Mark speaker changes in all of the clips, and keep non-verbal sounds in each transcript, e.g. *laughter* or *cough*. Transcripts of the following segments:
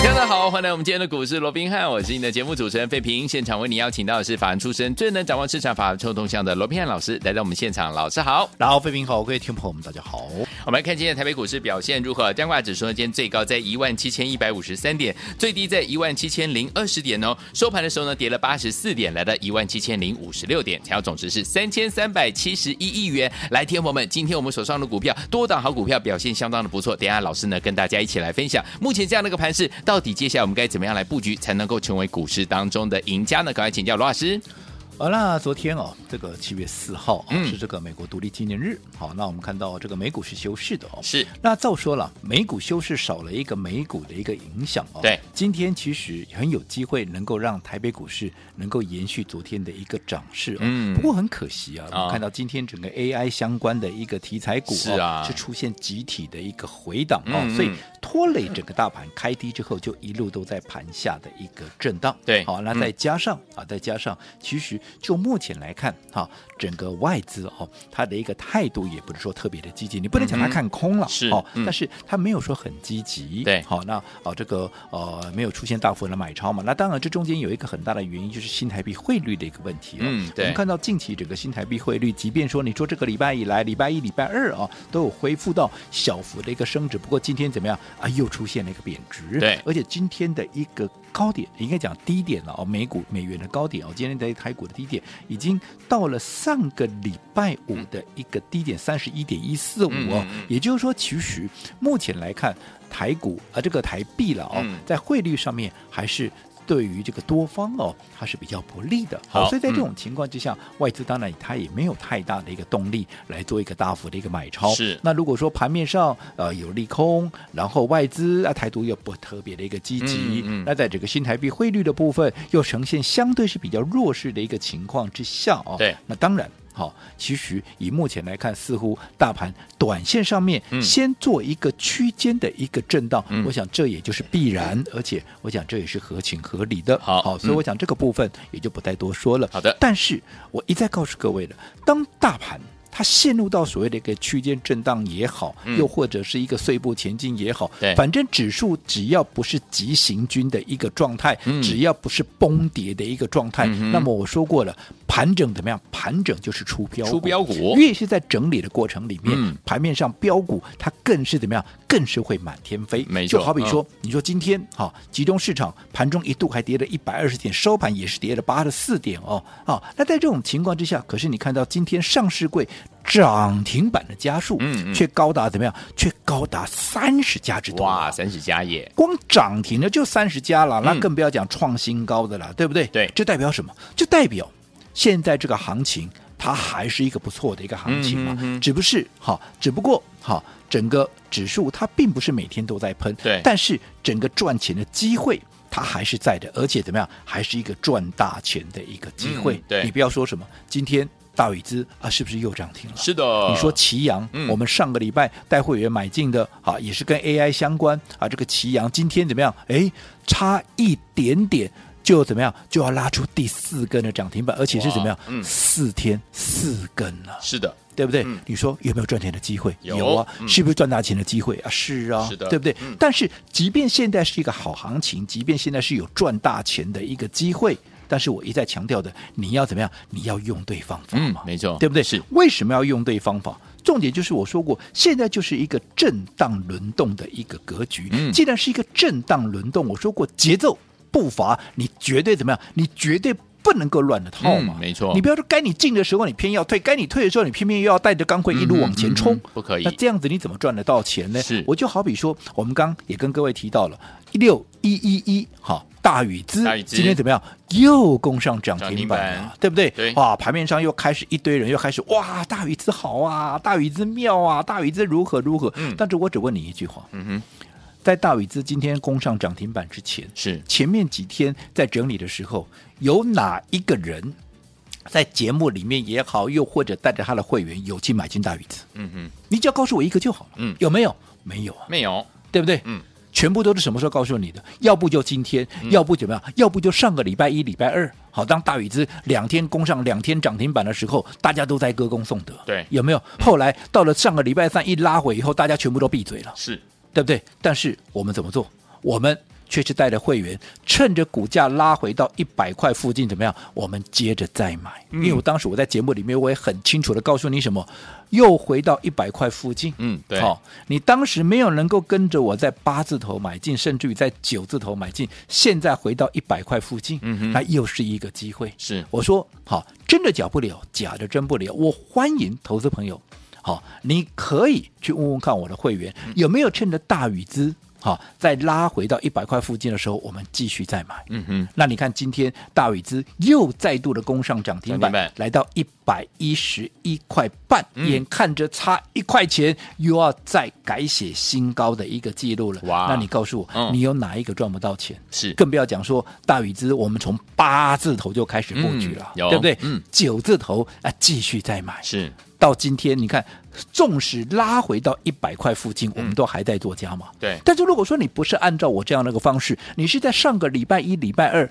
Speaker 1: 大家好，欢迎来我们今天的股市罗宾汉，我是你的节目主持人费平。现场为你邀请到的是法案出身、最能掌握市场法律臭动向的罗宾汉老师，来到我们现场。老师好，
Speaker 2: 然后，费平好，各位听众朋友们，大家好。
Speaker 1: 我们来看今天的台北股市表现如何？加挂指数呢，今天最高在17,153点，最低在17,020点哦。收盘的时候呢，跌了84点，来到17,056点，成交总值是3,371亿元。来，听众朋友们，今天我们手上的股票多档好股票表现相当的不错，等一下老师呢跟大家一起来分享，目前这样的一个盘势，到底接下来我们该怎么样来布局，才能够成为股市当中的赢家呢？赶快请教罗老师。
Speaker 2: 好，那昨天哦，这个七月四号、啊
Speaker 1: 嗯
Speaker 2: 是这个美国独立纪念日。好，那我们看到这个美股是休市的哦。
Speaker 1: 是
Speaker 2: 那照说了，美股休市少了一个美股的一个影响哦。
Speaker 1: 对，
Speaker 2: 今天其实很有机会能够让台北股市能够延续昨天的一个涨势哦。
Speaker 1: 嗯
Speaker 2: 不过很可惜啊，我
Speaker 1: 啊
Speaker 2: 们看到今天整个 AI 相关的一个题材股、哦、
Speaker 1: 是啊
Speaker 2: 是出现集体的一个回档哦，
Speaker 1: 嗯嗯
Speaker 2: 所以拖累整个大盘开低之后就一路都在盘下的一个震荡。
Speaker 1: 对
Speaker 2: 好，那
Speaker 1: 嗯
Speaker 2: 再加上、啊，再加上，其实就目前来看，哈、整个外资哦，它的一个态度也不是说特别的积极，你不能讲它
Speaker 1: 嗯哼
Speaker 2: 看空了，
Speaker 1: 是
Speaker 2: 哦，
Speaker 1: 嗯
Speaker 2: 但是它没有说很积极，
Speaker 1: 对
Speaker 2: 好、那哦，这个呃没有出现大幅的买超嘛，那当然这中间有一个很大的原因就是新台币汇率的一个问题、哦，
Speaker 1: 嗯对
Speaker 2: 我们看到近期整个新台币汇率，即便说你说这个礼拜以来，礼拜一、礼拜二啊、都有恢复到小幅的一个升值，不过今天怎么样啊，又出现了一个贬值，
Speaker 1: 对
Speaker 2: 而且今天的一个高点，应该讲低点了哦，美股美元的高点哦，今天的台股的低点已经到了上个礼拜五的一个低点三十一点一四五
Speaker 1: 嗯
Speaker 2: 哦
Speaker 1: 嗯嗯，
Speaker 2: 也就是说，其实目前来看，台股啊这个台币了哦
Speaker 1: 嗯，
Speaker 2: 在汇率上面还是。对于这个多方哦，它是比较不利的。哦
Speaker 1: 好
Speaker 2: 所以在这
Speaker 1: 嗯
Speaker 2: 种情况之下，外资当然它也没有太大的一个动力来做一个大幅的一个买超。
Speaker 1: 是
Speaker 2: 那如果说盘面上呃有利空，然后外资啊台独又不特别的一个积极，
Speaker 1: 嗯嗯
Speaker 2: 那在这个新台币汇率的部分又呈现相对是比较弱势的一个情况之下哦，
Speaker 1: 对，
Speaker 2: 那当然。好，其实以目前来看，似乎大盘短线上面
Speaker 1: 嗯
Speaker 2: 先做一个区间的一个震荡，
Speaker 1: 嗯
Speaker 2: 我想这也就是必然，而且我想这也是合情合理的。
Speaker 1: 好
Speaker 2: 所以
Speaker 1: 嗯
Speaker 2: 我想这个部分也就不再多说了。
Speaker 1: 好的
Speaker 2: 但是我一再告诉各位了，当大盘它陷入到所谓的一个区间震荡也好，
Speaker 1: 嗯
Speaker 2: 又或者是一个碎步前进也好，
Speaker 1: 对
Speaker 2: 反正指数只要不是急行军的一个状态，
Speaker 1: 嗯
Speaker 2: 只要不是崩跌的一个状态，
Speaker 1: 嗯哼
Speaker 2: 那么我说过了，盘整怎么样？盘整就是出标
Speaker 1: 出标股
Speaker 2: 越是在整理的过程里面，
Speaker 1: 嗯
Speaker 2: 盘面上标股它更是怎么样？更是会满天飞。
Speaker 1: 没错嗯
Speaker 2: 就好比说，你说今天哈、集中市场盘中一度还跌了一百二十点，收盘也是跌了八十四点哦。好、那在这种情况之下，可是你看到今天上市柜涨停板的家数，
Speaker 1: 嗯嗯
Speaker 2: 却高达怎么样？却高达三十家之多啊。
Speaker 1: 哇，三十加耶，
Speaker 2: 光涨停的就三十家了，那
Speaker 1: 嗯
Speaker 2: 更不要讲创新高的了，对不对？
Speaker 1: 对
Speaker 2: 这代表什么？就代表现在这个行情，它还是一个不错的一个行情嘛，
Speaker 1: 嗯哼哼
Speaker 2: 只不是好，只不过好，整个指数它并不是每天都在喷，
Speaker 1: 对
Speaker 2: 但是整个赚钱的机会。它还是在的，而且怎么样，还是一个赚大钱的一个机会。
Speaker 1: 嗯对
Speaker 2: 你不要说什么，今天大禹资啊，是不是又涨停了？
Speaker 1: 是的，
Speaker 2: 你说奇阳，
Speaker 1: 嗯
Speaker 2: 我们上个礼拜带会员买进的啊，也是跟 AI 相关啊。这个奇阳今天怎么样？哎，差一点点就怎么样，就要拉出第四根的涨停板，而且是怎么样
Speaker 1: 哇？嗯
Speaker 2: 四天四根了、
Speaker 1: 是的，
Speaker 2: 对不对？
Speaker 1: 嗯
Speaker 2: 你说有没有赚钱的机会？
Speaker 1: 有
Speaker 2: 啊，
Speaker 1: 嗯
Speaker 2: 是不是赚大钱的机会啊？是啊，
Speaker 1: 是的
Speaker 2: 对不对？
Speaker 1: 嗯
Speaker 2: 但是即便现在是一个好行情，即便现在是有赚大钱的一个机会，但是我一再强调的，你要怎么样？你要用对方法
Speaker 1: 嗯
Speaker 2: 嘛，，
Speaker 1: 没错，
Speaker 2: 对不对？
Speaker 1: 是，
Speaker 2: 为什么要用对方法？重点就是我说过，现在就是一个震荡轮动的一个格局。
Speaker 1: 嗯
Speaker 2: 既然是一个震荡轮动，我说过节奏步伐，你绝对怎么样？你绝对。不能够乱了套嘛、
Speaker 1: 嗯没错
Speaker 2: 你不要说该你进的时候你偏要退，该你退的时候你偏偏又要带着钢盔一路往前
Speaker 1: 嗯
Speaker 2: 冲，
Speaker 1: 嗯嗯不可以
Speaker 2: 那这样子你怎么赚得到钱呢？
Speaker 1: 是
Speaker 2: 我就好比说，我们刚刚也跟各位提到了六一一一，好大禹资
Speaker 1: 大禹，资
Speaker 2: 今天怎么样？又攻上涨
Speaker 1: 涨停
Speaker 2: 停板
Speaker 1: 板
Speaker 2: 了、对不对？
Speaker 1: 对
Speaker 2: 哇，盘面上又开始一堆人又开始哇，大禹之好啊，大禹之妙啊，大禹之如何如何。
Speaker 1: 嗯
Speaker 2: 但是我只问你一句话，
Speaker 1: 嗯哼，
Speaker 2: 在大禹之今天攻上涨停板之前，
Speaker 1: 是
Speaker 2: 前面几天在整理的时候，有哪一个人在节目里面也好，又或者带着他的会员有去买进大禹资，
Speaker 1: 嗯哼，
Speaker 2: 你只要告诉我一个就好了。
Speaker 1: 嗯
Speaker 2: 有没有？没有啊，
Speaker 1: 没有，
Speaker 2: 对不对？
Speaker 1: 嗯，
Speaker 2: 全部都是什么时候告诉你的？要不就今天，要不怎么样？要不就上个礼拜一、礼拜二。好，当大禹资两天攻上两天涨停板的时候，大家都在歌功颂德，
Speaker 1: 对
Speaker 2: 有没有？后来到了上个礼拜三一拉回以后，大家全部都闭嘴了，
Speaker 1: 是
Speaker 2: 对不对？但是我们怎么做？我们却是带着会员，趁着股价拉回到一百块附近，怎么样？我们接着再买，
Speaker 1: 嗯
Speaker 2: 因为我当时我在节目里面我也很清楚的告诉你什么，又回到一百块附近，
Speaker 1: 嗯对
Speaker 2: 好、哦你当时没有能够跟着我在八字头买进，甚至于在九字头买进，现在回到一百块附近，
Speaker 1: 嗯哼
Speaker 2: 那又是一个机会，
Speaker 1: 是
Speaker 2: 我说好，真的假不了，假的真不了。我欢迎投资朋友，好，你可以去问问看我的会员
Speaker 1: 嗯
Speaker 2: 有没有趁着大禹资。好，在拉回到一百块附近的时候，我们继续再买。
Speaker 1: 嗯哼，
Speaker 2: 那你看今天大禹资又再度的攻上涨停
Speaker 1: 涨
Speaker 2: 板，
Speaker 1: 停板
Speaker 2: 来到一百一十一块半，
Speaker 1: 嗯
Speaker 2: 眼看着差一块钱又要再改写新高的一个记录了。
Speaker 1: 哇
Speaker 2: 那你告诉我，
Speaker 1: 嗯
Speaker 2: 你有哪一个赚不到钱？
Speaker 1: 是
Speaker 2: 更不要讲说大禹资，我们从八字头就开始布局了，
Speaker 1: 嗯有
Speaker 2: 对不对？
Speaker 1: 嗯
Speaker 2: 九字头啊，继续再买。
Speaker 1: 是
Speaker 2: 到今天，你看，纵使拉回到一百块附近，我们都还在做加码。
Speaker 1: 嗯对
Speaker 2: 但是如果说你不是按照我这样的一个方式，你是在上个礼拜一、礼拜二。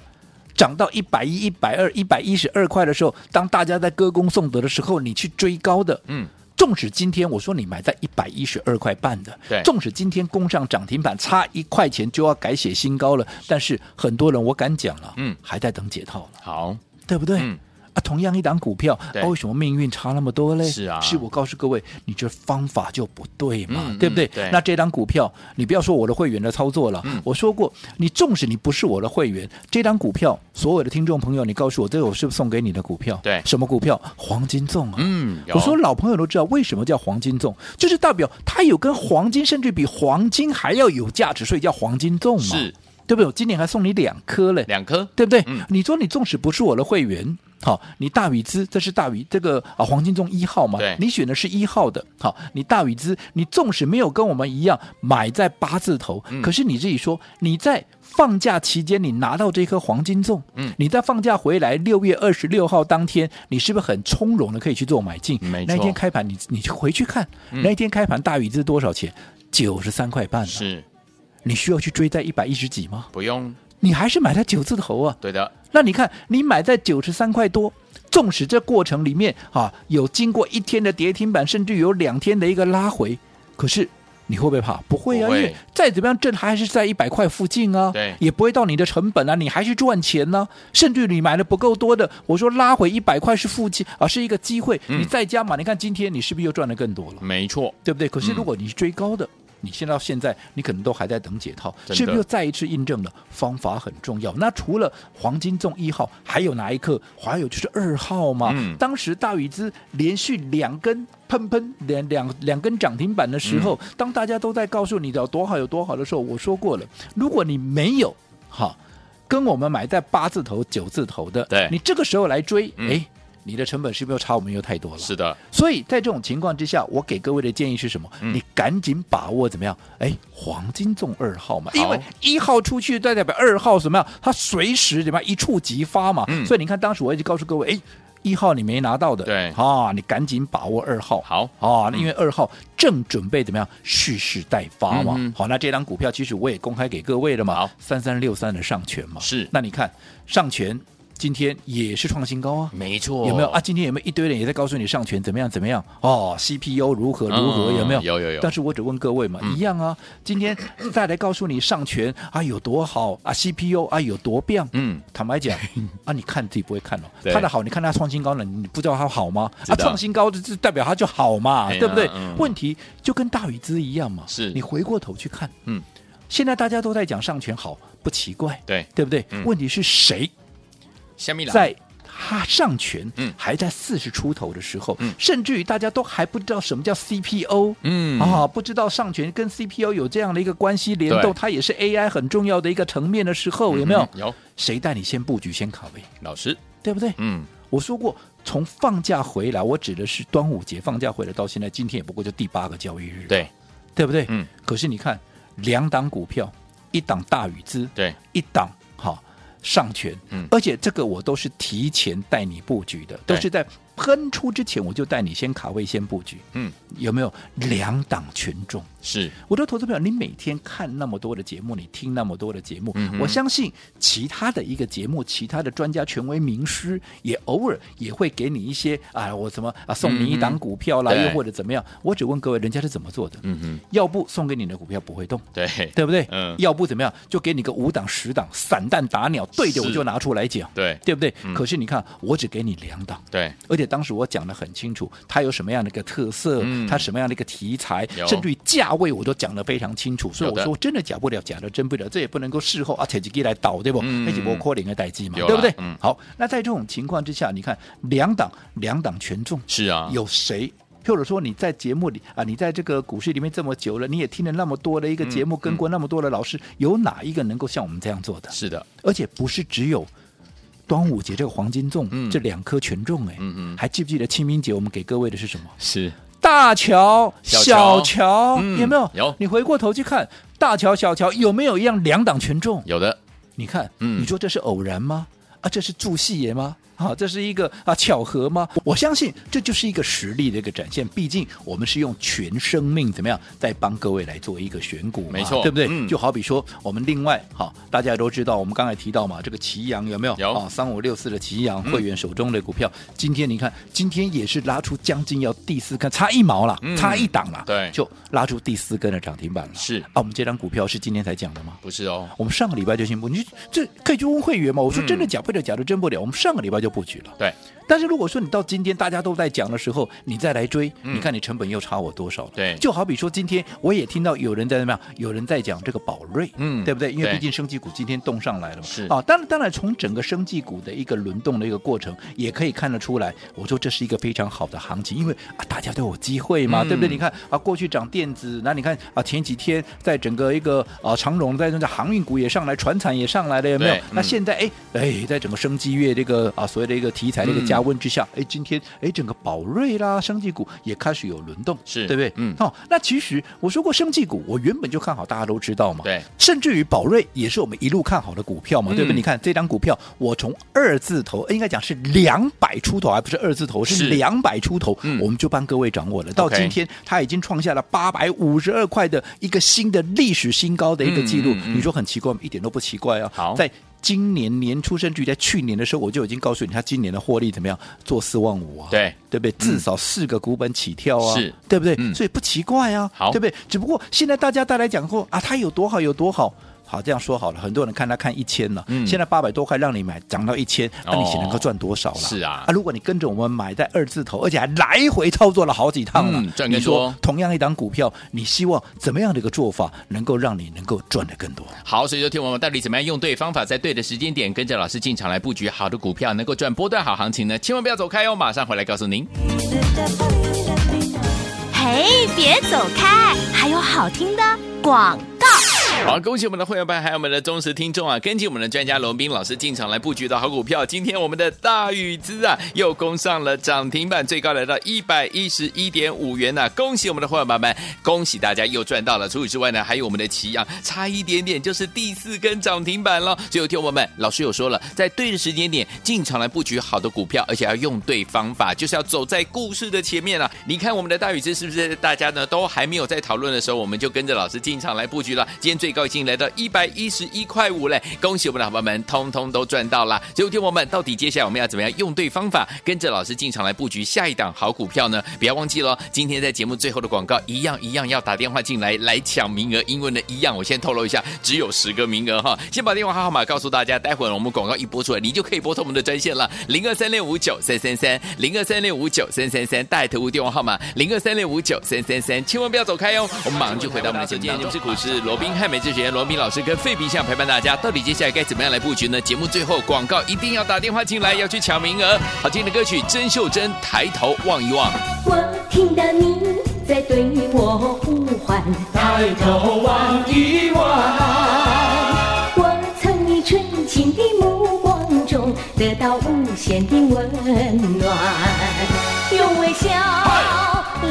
Speaker 2: 涨到一百一、一百二、一百一十二块的时候，当大家在歌功颂德的时候，你去追高的，
Speaker 1: 嗯，
Speaker 2: 纵使今天我说你买在一百一十二块半的，
Speaker 1: 对
Speaker 2: 纵使今天攻上涨停板，差一块钱就要改写新高了，但是很多人我敢讲了，
Speaker 1: 嗯
Speaker 2: 还在等解套了，
Speaker 1: 好，
Speaker 2: 对不对？
Speaker 1: 嗯
Speaker 2: 啊，同样一档股票，
Speaker 1: 对
Speaker 2: 啊，为什么命运差那么多嘞？
Speaker 1: 是啊
Speaker 2: 是我告诉各位，你这方法就不对嘛，
Speaker 1: 嗯
Speaker 2: 对不对？
Speaker 1: 嗯对
Speaker 2: 那这档股票，你不要说我的会员的操作了，
Speaker 1: 嗯
Speaker 2: 我说过，你纵使你不是我的会员，这档股票，所有的听众朋友，你告诉我，这是我是不是送给你的股票？
Speaker 1: 对
Speaker 2: 什么股票？黄金粽啊！
Speaker 1: 嗯，有
Speaker 2: 我说老朋友都知道为什么叫黄金粽，就是代表它有跟黄金甚至比黄金还要有价值，所以叫黄金粽嘛，
Speaker 1: 是
Speaker 2: 对不对？我今年还送你两颗嘞，
Speaker 1: 两颗，
Speaker 2: 对不对？
Speaker 1: 嗯
Speaker 2: 你说你纵使不是我的会员，好，你大禹资这是大禹这个啊黄金中一号嘛
Speaker 1: 对，
Speaker 2: 你选的是一号的，好，你大禹资你纵使没有跟我们一样买在八字头，
Speaker 1: 嗯
Speaker 2: 可是你自己说你在。放假期间，你拿到这颗黄金粽，
Speaker 1: 嗯
Speaker 2: 你在放假回来六月二十六号当天，你是不是很从容的可以去做买进？
Speaker 1: 没错嗯
Speaker 2: 那一天开盘你，你去回去看，那一天开盘大禹资多少钱？九十三块半、啊，
Speaker 1: 是
Speaker 2: 你需要去追在一百一十几吗？
Speaker 1: 不用，
Speaker 2: 你还是买在九字头啊？
Speaker 1: 对的，
Speaker 2: 那你看，你买在九十三块多，纵使这过程里面啊有经过一天的跌停板，甚至有两天的一个拉回，可是你会不会怕？不会啊，
Speaker 1: 不会
Speaker 2: 因为再怎么样，这还是在一百块附近啊，
Speaker 1: 对
Speaker 2: 也不会到你的成本啊，你还是赚钱呢、甚至你买的不够多的，我说拉回一百块是附近啊，是一个机会，
Speaker 1: 嗯
Speaker 2: 你再加码，你看今天你是不是又赚的更多了？
Speaker 1: 没错，
Speaker 2: 对不对？可是
Speaker 1: 嗯
Speaker 2: 如果你是追高的，你现在到现在，你可能都还在等解套，
Speaker 1: 真的
Speaker 2: 是不是又再一次印证了方法很重要？那除了黄金重一号，还有哪一刻？还有就是二号嘛。
Speaker 1: 嗯
Speaker 2: 当时大禹资连续两根喷喷两两两根涨停板的时候，
Speaker 1: 嗯
Speaker 2: 当大家都在告诉你的多好有多好的时候，我说过了，如果你没有哈跟我们买在八字头、九字头的，
Speaker 1: 对
Speaker 2: 你这个时候来追，
Speaker 1: 嗯
Speaker 2: 哎、你的成本是不是又差我们又太多了？
Speaker 1: 是的，
Speaker 2: 所以在这种情况之下，我给各位的建议是什么？
Speaker 1: 嗯
Speaker 2: 你赶紧把握怎么样？哎，黄金重二号嘛，
Speaker 1: 好
Speaker 2: 因为一号出去，再代表二号怎么样？它随时怎么样一触即发嘛。
Speaker 1: 嗯
Speaker 2: 所以你看，当时我一直告诉各位，哎，一号你没拿到的，
Speaker 1: 对
Speaker 2: 啊，你赶紧把握二号。
Speaker 1: 好，嗯
Speaker 2: 啊，那因为二号正准备怎么样蓄势待发嘛。
Speaker 1: 嗯哼
Speaker 2: 好，那这张股票其实我也公开给各位了嘛
Speaker 1: 好，
Speaker 2: 三三六三的上权嘛。
Speaker 1: 是
Speaker 2: 那你看上权今天也是创新高啊。
Speaker 1: 没错，
Speaker 2: 有没有啊？？今天有没有一堆人也在告诉你上权怎么样怎么样？哦，CPU 如何如何？
Speaker 1: 嗯
Speaker 2: 有没有？
Speaker 1: 有有嗯有
Speaker 2: 但是我只问各位嘛，一样啊。
Speaker 1: *laughs*
Speaker 2: 今天再来告诉你上权啊有多好啊，CPU 啊有多棒。
Speaker 1: 嗯，
Speaker 2: 坦白
Speaker 1: *laughs*
Speaker 2: 讲啊，你看自己不会看哦。
Speaker 1: 对
Speaker 2: 它的好，你看它创新高了，你不知道它好吗？
Speaker 1: 知
Speaker 2: 啊，
Speaker 1: 道
Speaker 2: 创新高就就代表它就好嘛，
Speaker 1: 哎呀
Speaker 2: 对不对
Speaker 1: 嗯？
Speaker 2: 问题就跟大禹资一样嘛。
Speaker 1: 是
Speaker 2: 你回过头去看，
Speaker 1: 嗯，
Speaker 2: 现在大家都在讲上权好，不奇怪，
Speaker 1: 对，
Speaker 2: 对不对
Speaker 1: 嗯？
Speaker 2: 问题是谁
Speaker 1: 虾米啦，
Speaker 2: 在他上权
Speaker 1: 嗯，
Speaker 2: 还在四十出头的时候，
Speaker 1: 嗯
Speaker 2: 甚至于大家都还不知道什么叫 CPO。
Speaker 1: 嗯
Speaker 2: 啊，不知道上权跟 CPO 有这样的一个关系联
Speaker 1: 对
Speaker 2: 动，它也是 AI 很重要的一个层面的时候，有没有
Speaker 1: 嗯？有
Speaker 2: 谁带你先布局、先卡位，
Speaker 1: 老师，
Speaker 2: 对不对？
Speaker 1: 嗯，
Speaker 2: 我说过，从放假回来，我指的是端午节放假回来到现在，今天也不过就第八个交易日，
Speaker 1: 对
Speaker 2: 对不对？
Speaker 1: 嗯。
Speaker 2: 可是你看，两档股票，一档大禹资，
Speaker 1: 对，
Speaker 2: 一档哈、上权，
Speaker 1: 嗯
Speaker 2: 而且这个我都是提前带你布局的，都
Speaker 1: 对
Speaker 2: 是在喷出之前我就带你先卡位先布局，
Speaker 1: 嗯，
Speaker 2: 有没有两档权重？
Speaker 1: 是
Speaker 2: 我的投资朋友，你每天看那么多的节目，你听那么多的节目，
Speaker 1: 嗯哼
Speaker 2: 我相信其他的一个节目，其他的专家、权威名师也偶尔也会给你一些啊，我什么啊，送你
Speaker 1: 嗯
Speaker 2: 一
Speaker 1: 哼
Speaker 2: 档股票啦，
Speaker 1: 对
Speaker 2: 又或者怎么样。我只问各位，人家是怎么做的？
Speaker 1: 嗯哼，
Speaker 2: 要不送给你的股票不会动，
Speaker 1: 对
Speaker 2: 对不对？
Speaker 1: 嗯
Speaker 2: 要不怎么样，就给你个五档、十档散弹打鸟，对的
Speaker 1: 是
Speaker 2: 我就拿出来讲，
Speaker 1: 对
Speaker 2: 对不对？
Speaker 1: 嗯
Speaker 2: 可是你看，我只给你两档。
Speaker 1: 对，
Speaker 2: 而且当时我讲的很清楚，它有什么样的一个特色，
Speaker 1: 嗯
Speaker 2: 它什么样的一个题材
Speaker 1: 有，
Speaker 2: 甚至于价位我都讲得非常清楚。所以
Speaker 1: 有
Speaker 2: 我
Speaker 1: 的
Speaker 2: 说真的假不了，假的真不了，这也不能够事后啊扯几鸡来倒，对不？
Speaker 1: 嗯
Speaker 2: 那是波阔零的代际嘛，
Speaker 1: 有啦
Speaker 2: 对不对？
Speaker 1: 嗯
Speaker 2: 好，那在这种情况之下，你看两档两档权重，
Speaker 1: 是啊，
Speaker 2: 有谁？或者说你在节目里啊，你在这个股市里面这么久了，你也听了那么多的一个节目，
Speaker 1: 嗯
Speaker 2: 跟过那么多的老师，有哪一个能够像我们这样做的？
Speaker 1: 是的，
Speaker 2: 而且不是只有端午节这个黄金粽、
Speaker 1: 嗯
Speaker 2: 这两颗权重哎、
Speaker 1: 嗯嗯
Speaker 2: 还记不记得清明节我们给各位的是什么？
Speaker 1: 是
Speaker 2: 大乔、
Speaker 1: 小乔
Speaker 2: 小乔，
Speaker 1: 嗯
Speaker 2: 有没有？
Speaker 1: 有
Speaker 2: 你回过头去看大乔、小乔有没有一样两档权重？
Speaker 1: 有的，
Speaker 2: 你看，
Speaker 1: 嗯
Speaker 2: 你说这是偶然吗？啊，这是助戏爷吗？啊，这是一个啊巧合吗？我相信这就是一个实力的一个展现。毕竟我们是用全生命怎么样在帮各位来做一个选股嘛，
Speaker 1: 没错
Speaker 2: 对不对？
Speaker 1: 嗯
Speaker 2: 就好比说我们另外哈、大家也都知道，我们刚才提到嘛，这个祁阳有没有？
Speaker 1: 有
Speaker 2: 啊，三五六四的祁阳
Speaker 1: 嗯
Speaker 2: 会员手中的股票，今天你看，今天也是拉出将近要第四根，差一毛了，
Speaker 1: 嗯
Speaker 2: 差一档了，
Speaker 1: 对
Speaker 2: 就拉出第四根的涨停板了。
Speaker 1: 是
Speaker 2: 啊，我们这张股票是今天才讲的吗？
Speaker 1: 不是哦？
Speaker 2: 我们上个礼拜就宣布，你这可以去问会员嘛？我说
Speaker 1: 嗯
Speaker 2: 真的假不了，假的真不了。我们上个礼拜就布局了。
Speaker 1: 对，
Speaker 2: 但是如果说你到今天大家都在讲的时候，你再来追，
Speaker 1: 嗯
Speaker 2: 你看你成本又差我多少了？
Speaker 1: 对
Speaker 2: 就好比说今天我也听到有人在怎么样，有人在讲这个宝瑞，
Speaker 1: 嗯
Speaker 2: 对不对？因
Speaker 1: 对
Speaker 2: 为毕竟生技股今天动上来了嘛。
Speaker 1: 是
Speaker 2: 啊，当然当然，从整个生技股的一个轮动的一个过程，也可以看得出来，我说这是一个非常好的行情，因为啊大家都有机会嘛，
Speaker 1: 嗯
Speaker 2: 对不对？你看啊，过去涨电子，那你看啊前几天在整个一个啊长荣在那个航运股也上来，船产也上来了，有没有
Speaker 1: 对？
Speaker 2: 那
Speaker 1: 嗯
Speaker 2: 现在哎哎，在整个生技业这个啊所谓的一个题
Speaker 1: 嗯
Speaker 2: 材的一个加温之下，哎、今天哎整个宝瑞啦、生技股也开始有轮动，
Speaker 1: 是
Speaker 2: 对不对？
Speaker 1: 嗯
Speaker 2: 哦，那其实我说过生技股，我原本就看好，大家都知道嘛，
Speaker 1: 对，
Speaker 2: 甚至于宝瑞也是我们一路看好的股票嘛，对不对？
Speaker 1: 嗯
Speaker 2: 你看这张股票，我从二字头，呃应该讲是两百出头，还不是二字头，
Speaker 1: 是
Speaker 2: 是两百出头，
Speaker 1: 嗯
Speaker 2: 我们就帮各位掌握了。到
Speaker 1: OK
Speaker 2: 今天，它已经创下了八百五十二块的一个新的历史新高的一个记录。
Speaker 1: 嗯嗯嗯
Speaker 2: 你说很奇怪吗？一点都不奇怪啊。
Speaker 1: 好
Speaker 2: 在今年年初，甚至于在去年的时候，我就已经告诉你，它今年的获利怎么样，做四万五啊。
Speaker 1: 对，
Speaker 2: 对不对？至少四个股本起跳啊，
Speaker 1: 是
Speaker 2: 对不对？
Speaker 1: 嗯
Speaker 2: 所以不奇怪啊，
Speaker 1: 好
Speaker 2: 对不对？只不过现在大家大来讲过啊，它有多好有多好。好，这样说好了，很多人看它看一千了，
Speaker 1: 嗯
Speaker 2: 现在八百多块让你买，涨到一千，那你
Speaker 1: 哦
Speaker 2: 能够赚多少了？
Speaker 1: 是啊
Speaker 2: 啊，如果你跟着我们买在二字头，而且还来回操作了好几趟了，
Speaker 1: 嗯赚更
Speaker 2: 你
Speaker 1: 多
Speaker 2: 说同样一档股票，你希望怎么样的一个做法能够让你能够赚得更多？
Speaker 1: 好，所以说听我们到底怎么样用对方法，在对的时间点，跟着老师进场来布局好的股票，能够赚波段好行情呢？千万不要走开哦，马上回来告诉您。
Speaker 3: 嘿，别走开，还有好听的广告。
Speaker 1: 好，恭喜我们的会员班，还有我们的忠实听众啊！跟进我们的专家龙斌老师进场来布局的好股票，今天我们的大禹资啊又攻上了涨停板，最高来到一百一十一点五元呐、啊恭喜我们的会员班们，恭喜大家又赚到了。除此之外呢，还有我们的奇阳，差一点点就是第四根涨停板了。所以听我们，老师有说了，在对的时间点进场来布局好的股票，而且要用对方法，就是要走在故事的前面啊！你看我们的大禹资是不是大家呢都还没有在讨论的时候，我们就跟着老师进场来布局了？今天最高已经来到一百一十一块五嘞，恭喜我们的好朋友们，通通都赚到了。所以听我们到底接下来我们要怎么样用对方法，跟着老师进场来布局下一档好股票呢？不要忘记了，今天在节目最后的广告一样一样要打电话进来来抢名额，因为呢一样，我先透露一下，只有十个名额哈。先把电话号码告诉大家，待会儿我们广告一播出来，你就可以拨通我们的专线了，零二三六五九三三三，零二三六五九三三三，带头电话号码零二三六五九三三三，千万不要走开哟、我们马上就回到我们的节目当中。这股是罗宾汉美智学罗宾老师跟费比相陪伴大家，到底接下来该怎么样来布局呢？节目最后广告一定要打电话进来，要去抢名额。好听的歌曲，甄秀珍抬头望一望。
Speaker 4: 我听到你在对我呼唤，
Speaker 5: 抬头望一望，
Speaker 4: 我曾于纯情的目光中得到无限的温暖，用微笑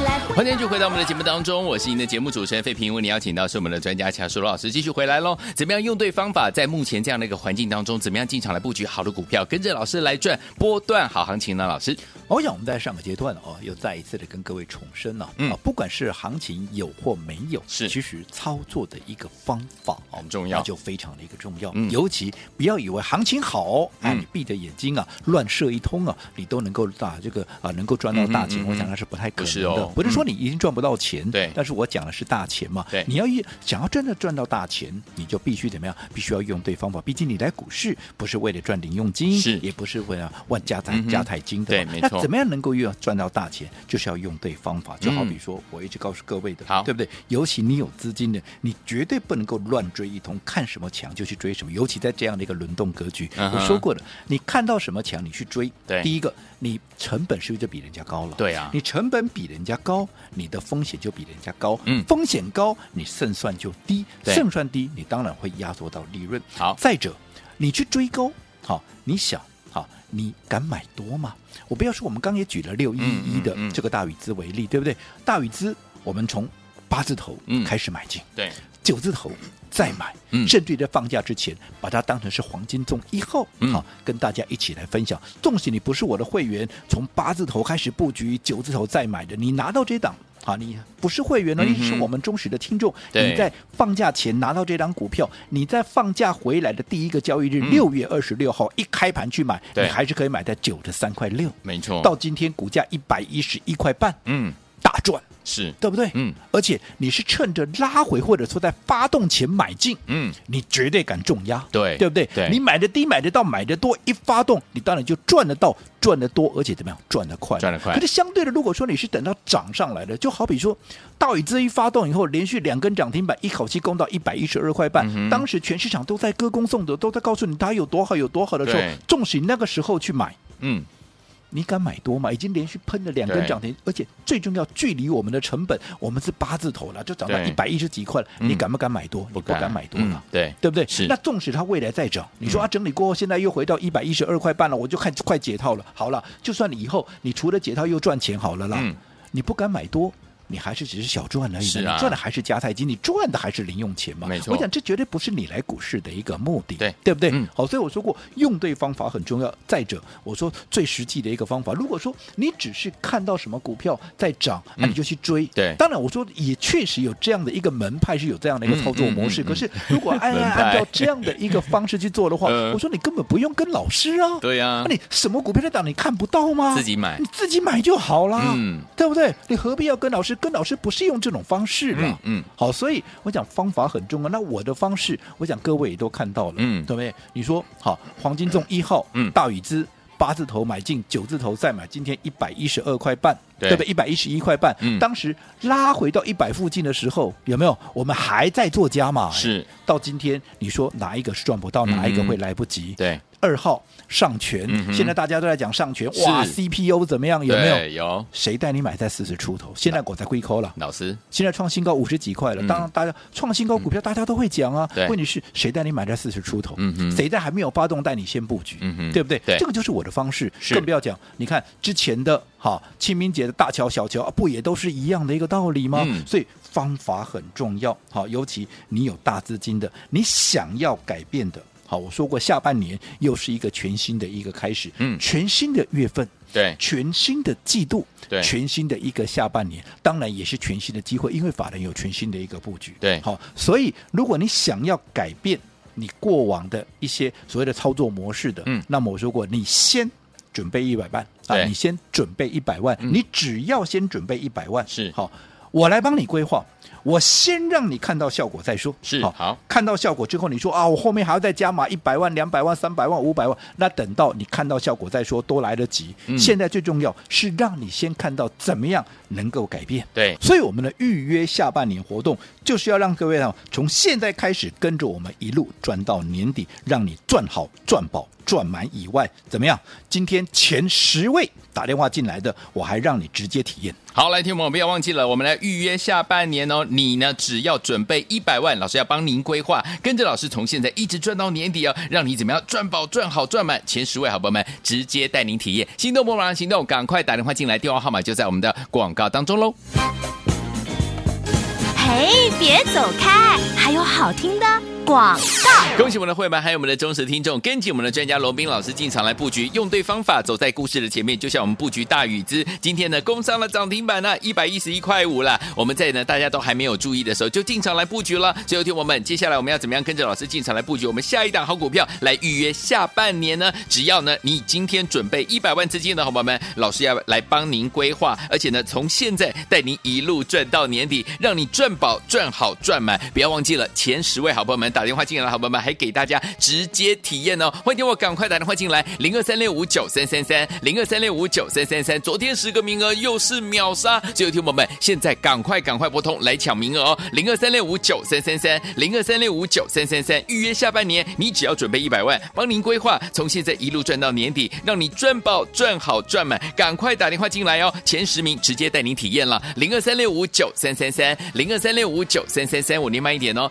Speaker 4: 来回
Speaker 1: 欢迎继续回到我们的节目当中，我是您的节目主持人费平。为您邀请到是我们的专家强叔罗老师继续回来喽。怎么样用对方法，在目前这样的一个环境当中，怎么样进场来布局好的股票，跟着老师来赚波段好行情呢？老师，
Speaker 2: 我想我们在上个阶段哦，又再一次的跟各位重申了、
Speaker 1: 嗯
Speaker 2: 啊，不管是行情有或没有，
Speaker 1: 是
Speaker 2: 其实操作的一个方法哦
Speaker 1: 很重要
Speaker 2: 那就非常的一个重要。
Speaker 1: 嗯
Speaker 2: 尤其不要以为行情好哦啊，
Speaker 1: 嗯
Speaker 2: 你闭着眼睛啊乱射一通啊，你都能够打这个啊能够赚到大钱，
Speaker 1: 嗯嗯嗯
Speaker 2: 我想那是不太可
Speaker 1: 不
Speaker 2: 能
Speaker 1: 是
Speaker 2: 的。
Speaker 1: 哦
Speaker 2: 不是说
Speaker 1: 嗯
Speaker 2: 你一定赚不到钱，
Speaker 1: 对
Speaker 2: 但是我讲的是大钱嘛，
Speaker 1: 对
Speaker 2: 你要一想要真的赚到大钱，你就必须怎么样？必须要用对方法。毕竟你来股市不是为了赚零用金，
Speaker 1: 是
Speaker 2: 也不是为了万家财
Speaker 1: 嗯哼
Speaker 2: 家财金的
Speaker 1: 对
Speaker 2: 嘛。
Speaker 1: 没
Speaker 2: 那
Speaker 1: 错
Speaker 2: 怎么样能够又赚到大钱？就是要用对方法。就好比说，我一直告诉各位的
Speaker 1: 嗯好，
Speaker 2: 对不对？尤其你有资金的，你绝对不能够乱追一通，看什么强就去追什么。尤其在这样的一个轮动格局，
Speaker 1: 嗯哼
Speaker 2: 我说过了，你看到什么强你去追，
Speaker 1: 对
Speaker 2: 第一个你成本是不是就比人家高了？
Speaker 1: 对啊
Speaker 2: 你成本比人家高，你的风险就比人家高，
Speaker 1: 嗯
Speaker 2: 风险高，你胜算就低，
Speaker 1: 对
Speaker 2: 胜算低，你当然会压缩到利润。
Speaker 1: 好
Speaker 2: 再者，你去追高，好，你想，好，你敢买多吗？我不要说，我们刚刚也举了六一一的
Speaker 1: 嗯嗯嗯
Speaker 2: 这个大禹资为例，对不对？大禹资，我们从八字头
Speaker 1: 嗯
Speaker 2: 开始买进，
Speaker 1: 对，
Speaker 2: 九字头再买，
Speaker 1: 嗯
Speaker 2: 甚至于在放假之前把它当成是黄金中一号，
Speaker 1: 嗯
Speaker 2: 好跟大家一起来分享。纵使你不是我的会员，从八字头开始布局，九字头再买的，你拿到这档。啊，你不是会员哦，
Speaker 1: 嗯哼
Speaker 2: 你只是我们忠实的听众。
Speaker 1: 对
Speaker 2: 你在放假前拿到这张股票，你在放假回来的第一个交易日，
Speaker 1: 嗯
Speaker 2: 六、月二十六号一开盘去买，你
Speaker 1: 对哦
Speaker 2: 还是可以买在九十三块六，
Speaker 1: 没错，
Speaker 2: 到今天股价一百一十一块半，
Speaker 1: 嗯
Speaker 2: 大赚。
Speaker 1: 是，
Speaker 2: 对不对？
Speaker 1: 嗯，
Speaker 2: 而且你是趁着拉回或者说在发动前买进，
Speaker 1: 嗯
Speaker 2: 你绝对敢重压，
Speaker 1: 对
Speaker 2: 对不对？
Speaker 1: 对
Speaker 2: 你买的低，买的到，买的多，一发动，你当然就赚得到，赚得多，而且怎么样，赚得快，
Speaker 1: 赚得快
Speaker 2: 可是相对的，如果说你是等到涨上来的，就好比说道宇这一发动以后，连续两根涨停板，一口气攻到一百一十二块
Speaker 1: 嗯
Speaker 2: 半、当时全市场都在歌功颂德，都在告诉你它有多好有多好的时候
Speaker 1: 对，
Speaker 2: 纵使你那个时候去买，
Speaker 1: 嗯
Speaker 2: 你敢买多吗？已经连续喷了两根
Speaker 1: 对
Speaker 2: 涨停，而且最重要，距离我们的成本，我们是八字头了，就涨到
Speaker 1: 对
Speaker 2: 一百一十几块了，
Speaker 1: 嗯
Speaker 2: 你敢不敢买多？你不敢买多了。
Speaker 1: 嗯对，
Speaker 2: 对不对？
Speaker 1: 是嗯
Speaker 2: 那纵使它未来再涨，你说啊，整理过后现在又回到一百一十二块半了，我就看快解套了。好了，就算你以后你除了解套又赚钱好了啦，
Speaker 1: 嗯
Speaker 2: 你不敢买多。你还是只是小赚而已
Speaker 1: 是
Speaker 2: 嘛，
Speaker 1: 啊
Speaker 2: 你赚的还是加太金，你赚的还是零用钱嘛。
Speaker 1: 没错
Speaker 2: 我想这绝对不是你来股市的一个目的，
Speaker 1: 对
Speaker 2: 对不对？
Speaker 1: 嗯
Speaker 2: 好，所以我说过，用对方法很重要。再者，我说最实际的一个方法，如果说你只是看到什么股票在涨，那、
Speaker 1: 嗯
Speaker 2: 你就去追。
Speaker 1: 对
Speaker 2: 当然我说也确实有这样的一个门派，是有这样的一个操作模式。
Speaker 1: 嗯嗯嗯嗯
Speaker 2: 可是如果按
Speaker 1: 门派
Speaker 2: 按照这样的一个方式去做的话，
Speaker 1: 嗯
Speaker 2: 我说你根本不用跟老师啊，
Speaker 1: 对呀、
Speaker 2: 那你什么股票在涨你看不到吗？
Speaker 1: 自己买
Speaker 2: 你自己买就好啦，
Speaker 1: 嗯
Speaker 2: 对不对？你何必要跟老师？跟老师不是用这种方式的，
Speaker 1: 嗯嗯
Speaker 2: 好，所以我讲方法很重要。那我的方式，我讲各位也都看到了，
Speaker 1: 嗯
Speaker 2: 对不对？你说好，黄金重一号，
Speaker 1: 嗯
Speaker 2: 大禹资。八字头买进，九字头再买，今天一百一十二块半，
Speaker 1: 对
Speaker 2: 不对？一百一十一块半，
Speaker 1: 嗯
Speaker 2: 当时拉回到一百附近的时候，有没有？我们还在做加码，哎
Speaker 1: 是
Speaker 2: 到今天，你说哪一个是赚不到，哪一个
Speaker 1: 嗯
Speaker 2: 会来不及？
Speaker 1: 对，
Speaker 2: 二号上权、
Speaker 1: 嗯哼
Speaker 2: 现在大家都在讲上权，
Speaker 1: 是
Speaker 2: 哇，CPU 怎么样？有没
Speaker 1: 对
Speaker 2: 有？
Speaker 1: 有
Speaker 2: 谁带你买在四十出头？现在我才归扣了，
Speaker 1: 老师，
Speaker 2: 现在创新高五十几块了。
Speaker 1: 嗯
Speaker 2: 当然，大家创新高股票大家都会讲啊。
Speaker 1: 对
Speaker 2: 问题是谁带你买在四十出头？
Speaker 1: 嗯哼
Speaker 2: 谁在还没有发动带你先布局？
Speaker 1: 嗯哼
Speaker 2: 对不对？
Speaker 1: 对
Speaker 2: 这个就是我的方式，
Speaker 1: 是
Speaker 2: 更不要讲。你看之前的哈清明节的大乔、小乔、啊不也都是一样的一个道理吗？
Speaker 1: 嗯
Speaker 2: 所以方法很重要。好，尤其你有大资金的，你想要改变的。好，我说过，下半年又是一个全新的一个开始，
Speaker 1: 嗯
Speaker 2: 全新的月份，
Speaker 1: 对，
Speaker 2: 全新的季度，
Speaker 1: 对
Speaker 2: 全新的一个下半年，当然也是全新的机会，因为法人有全新的一个布局，
Speaker 1: 对
Speaker 2: 好，所以如果你想要改变你过往的一些所谓的操作模式的，
Speaker 1: 嗯
Speaker 2: 那么我说过，你先。准备一百万啊！
Speaker 1: 对嗯
Speaker 2: 你先准备一百万，你只要先准备一百万
Speaker 1: 是
Speaker 2: 好，我来帮你规划，我先让你看到效果再说。
Speaker 1: 是好
Speaker 2: 看到效果之后，你说啊，我后面还要再加码一百万、两百万、三百万、五百万，那等到你看到效果再说，都来得及。
Speaker 1: 嗯
Speaker 2: 现在最重要是让你先看到怎么样能够改变。
Speaker 1: 对，
Speaker 2: 所以我们的预约下半年活动，就是要让各位啊，从现在开始跟着我们一路赚到年底，让你赚好、赚饱、赚满以外，怎么样？今天前十位打电话进来的，我还让你直接体验。
Speaker 1: 好，来，听众朋友不要忘记了，我们来预约下半年哦。哦，你呢只要准备一百万，老师要帮您规划，跟着老师从现在一直赚到年底哦，让你怎么样赚饱、赚好、赚满。前十位好朋友们直接带您体验，心动不马上行动，赶快打电话进来，电话号码就在我们的广告当中喽。
Speaker 3: 嘿，别走开，还有好听的广告。
Speaker 1: *laughs* 恭喜我们的会员，还有我们的忠实听众，跟紧我们的专家罗斌老师进场来布局，用对方法，走在故事的前面。就像我们布局大禹资，今天呢攻上了涨停板呢，一百一十一块五了。我们在呢大家都还没有注意的时候，就进场来布局了。所以，听我们，接下来我们要怎么样跟着老师进场来布局我们下一档好股票，来预约下半年呢？只要呢你今天准备一百万资金的好朋友们，老师要来帮您规划，而且呢从现在带您一路赚到年底，让你赚饱、赚好、赚满。不要忘记了前十位好朋友们打电话进来的好朋友们，还给大家直接体验哦。欢迎我赶快打电话进来，零二三六五九三三三，零二三六五九三三三。昨天十个名额又是秒杀，所以听友们现在赶快赶快拨通来抢名额哦，零二三六五九三三三，零二三六五九三三三。预约下半年，你只要准备一百万，帮您规划，从现在一路赚到年底，让你赚爆、赚好、赚满。赶快打电话进来哦，前十名直接带您体验了，零二三六五九三三三，零二三六五九三三三。我念慢一点哦，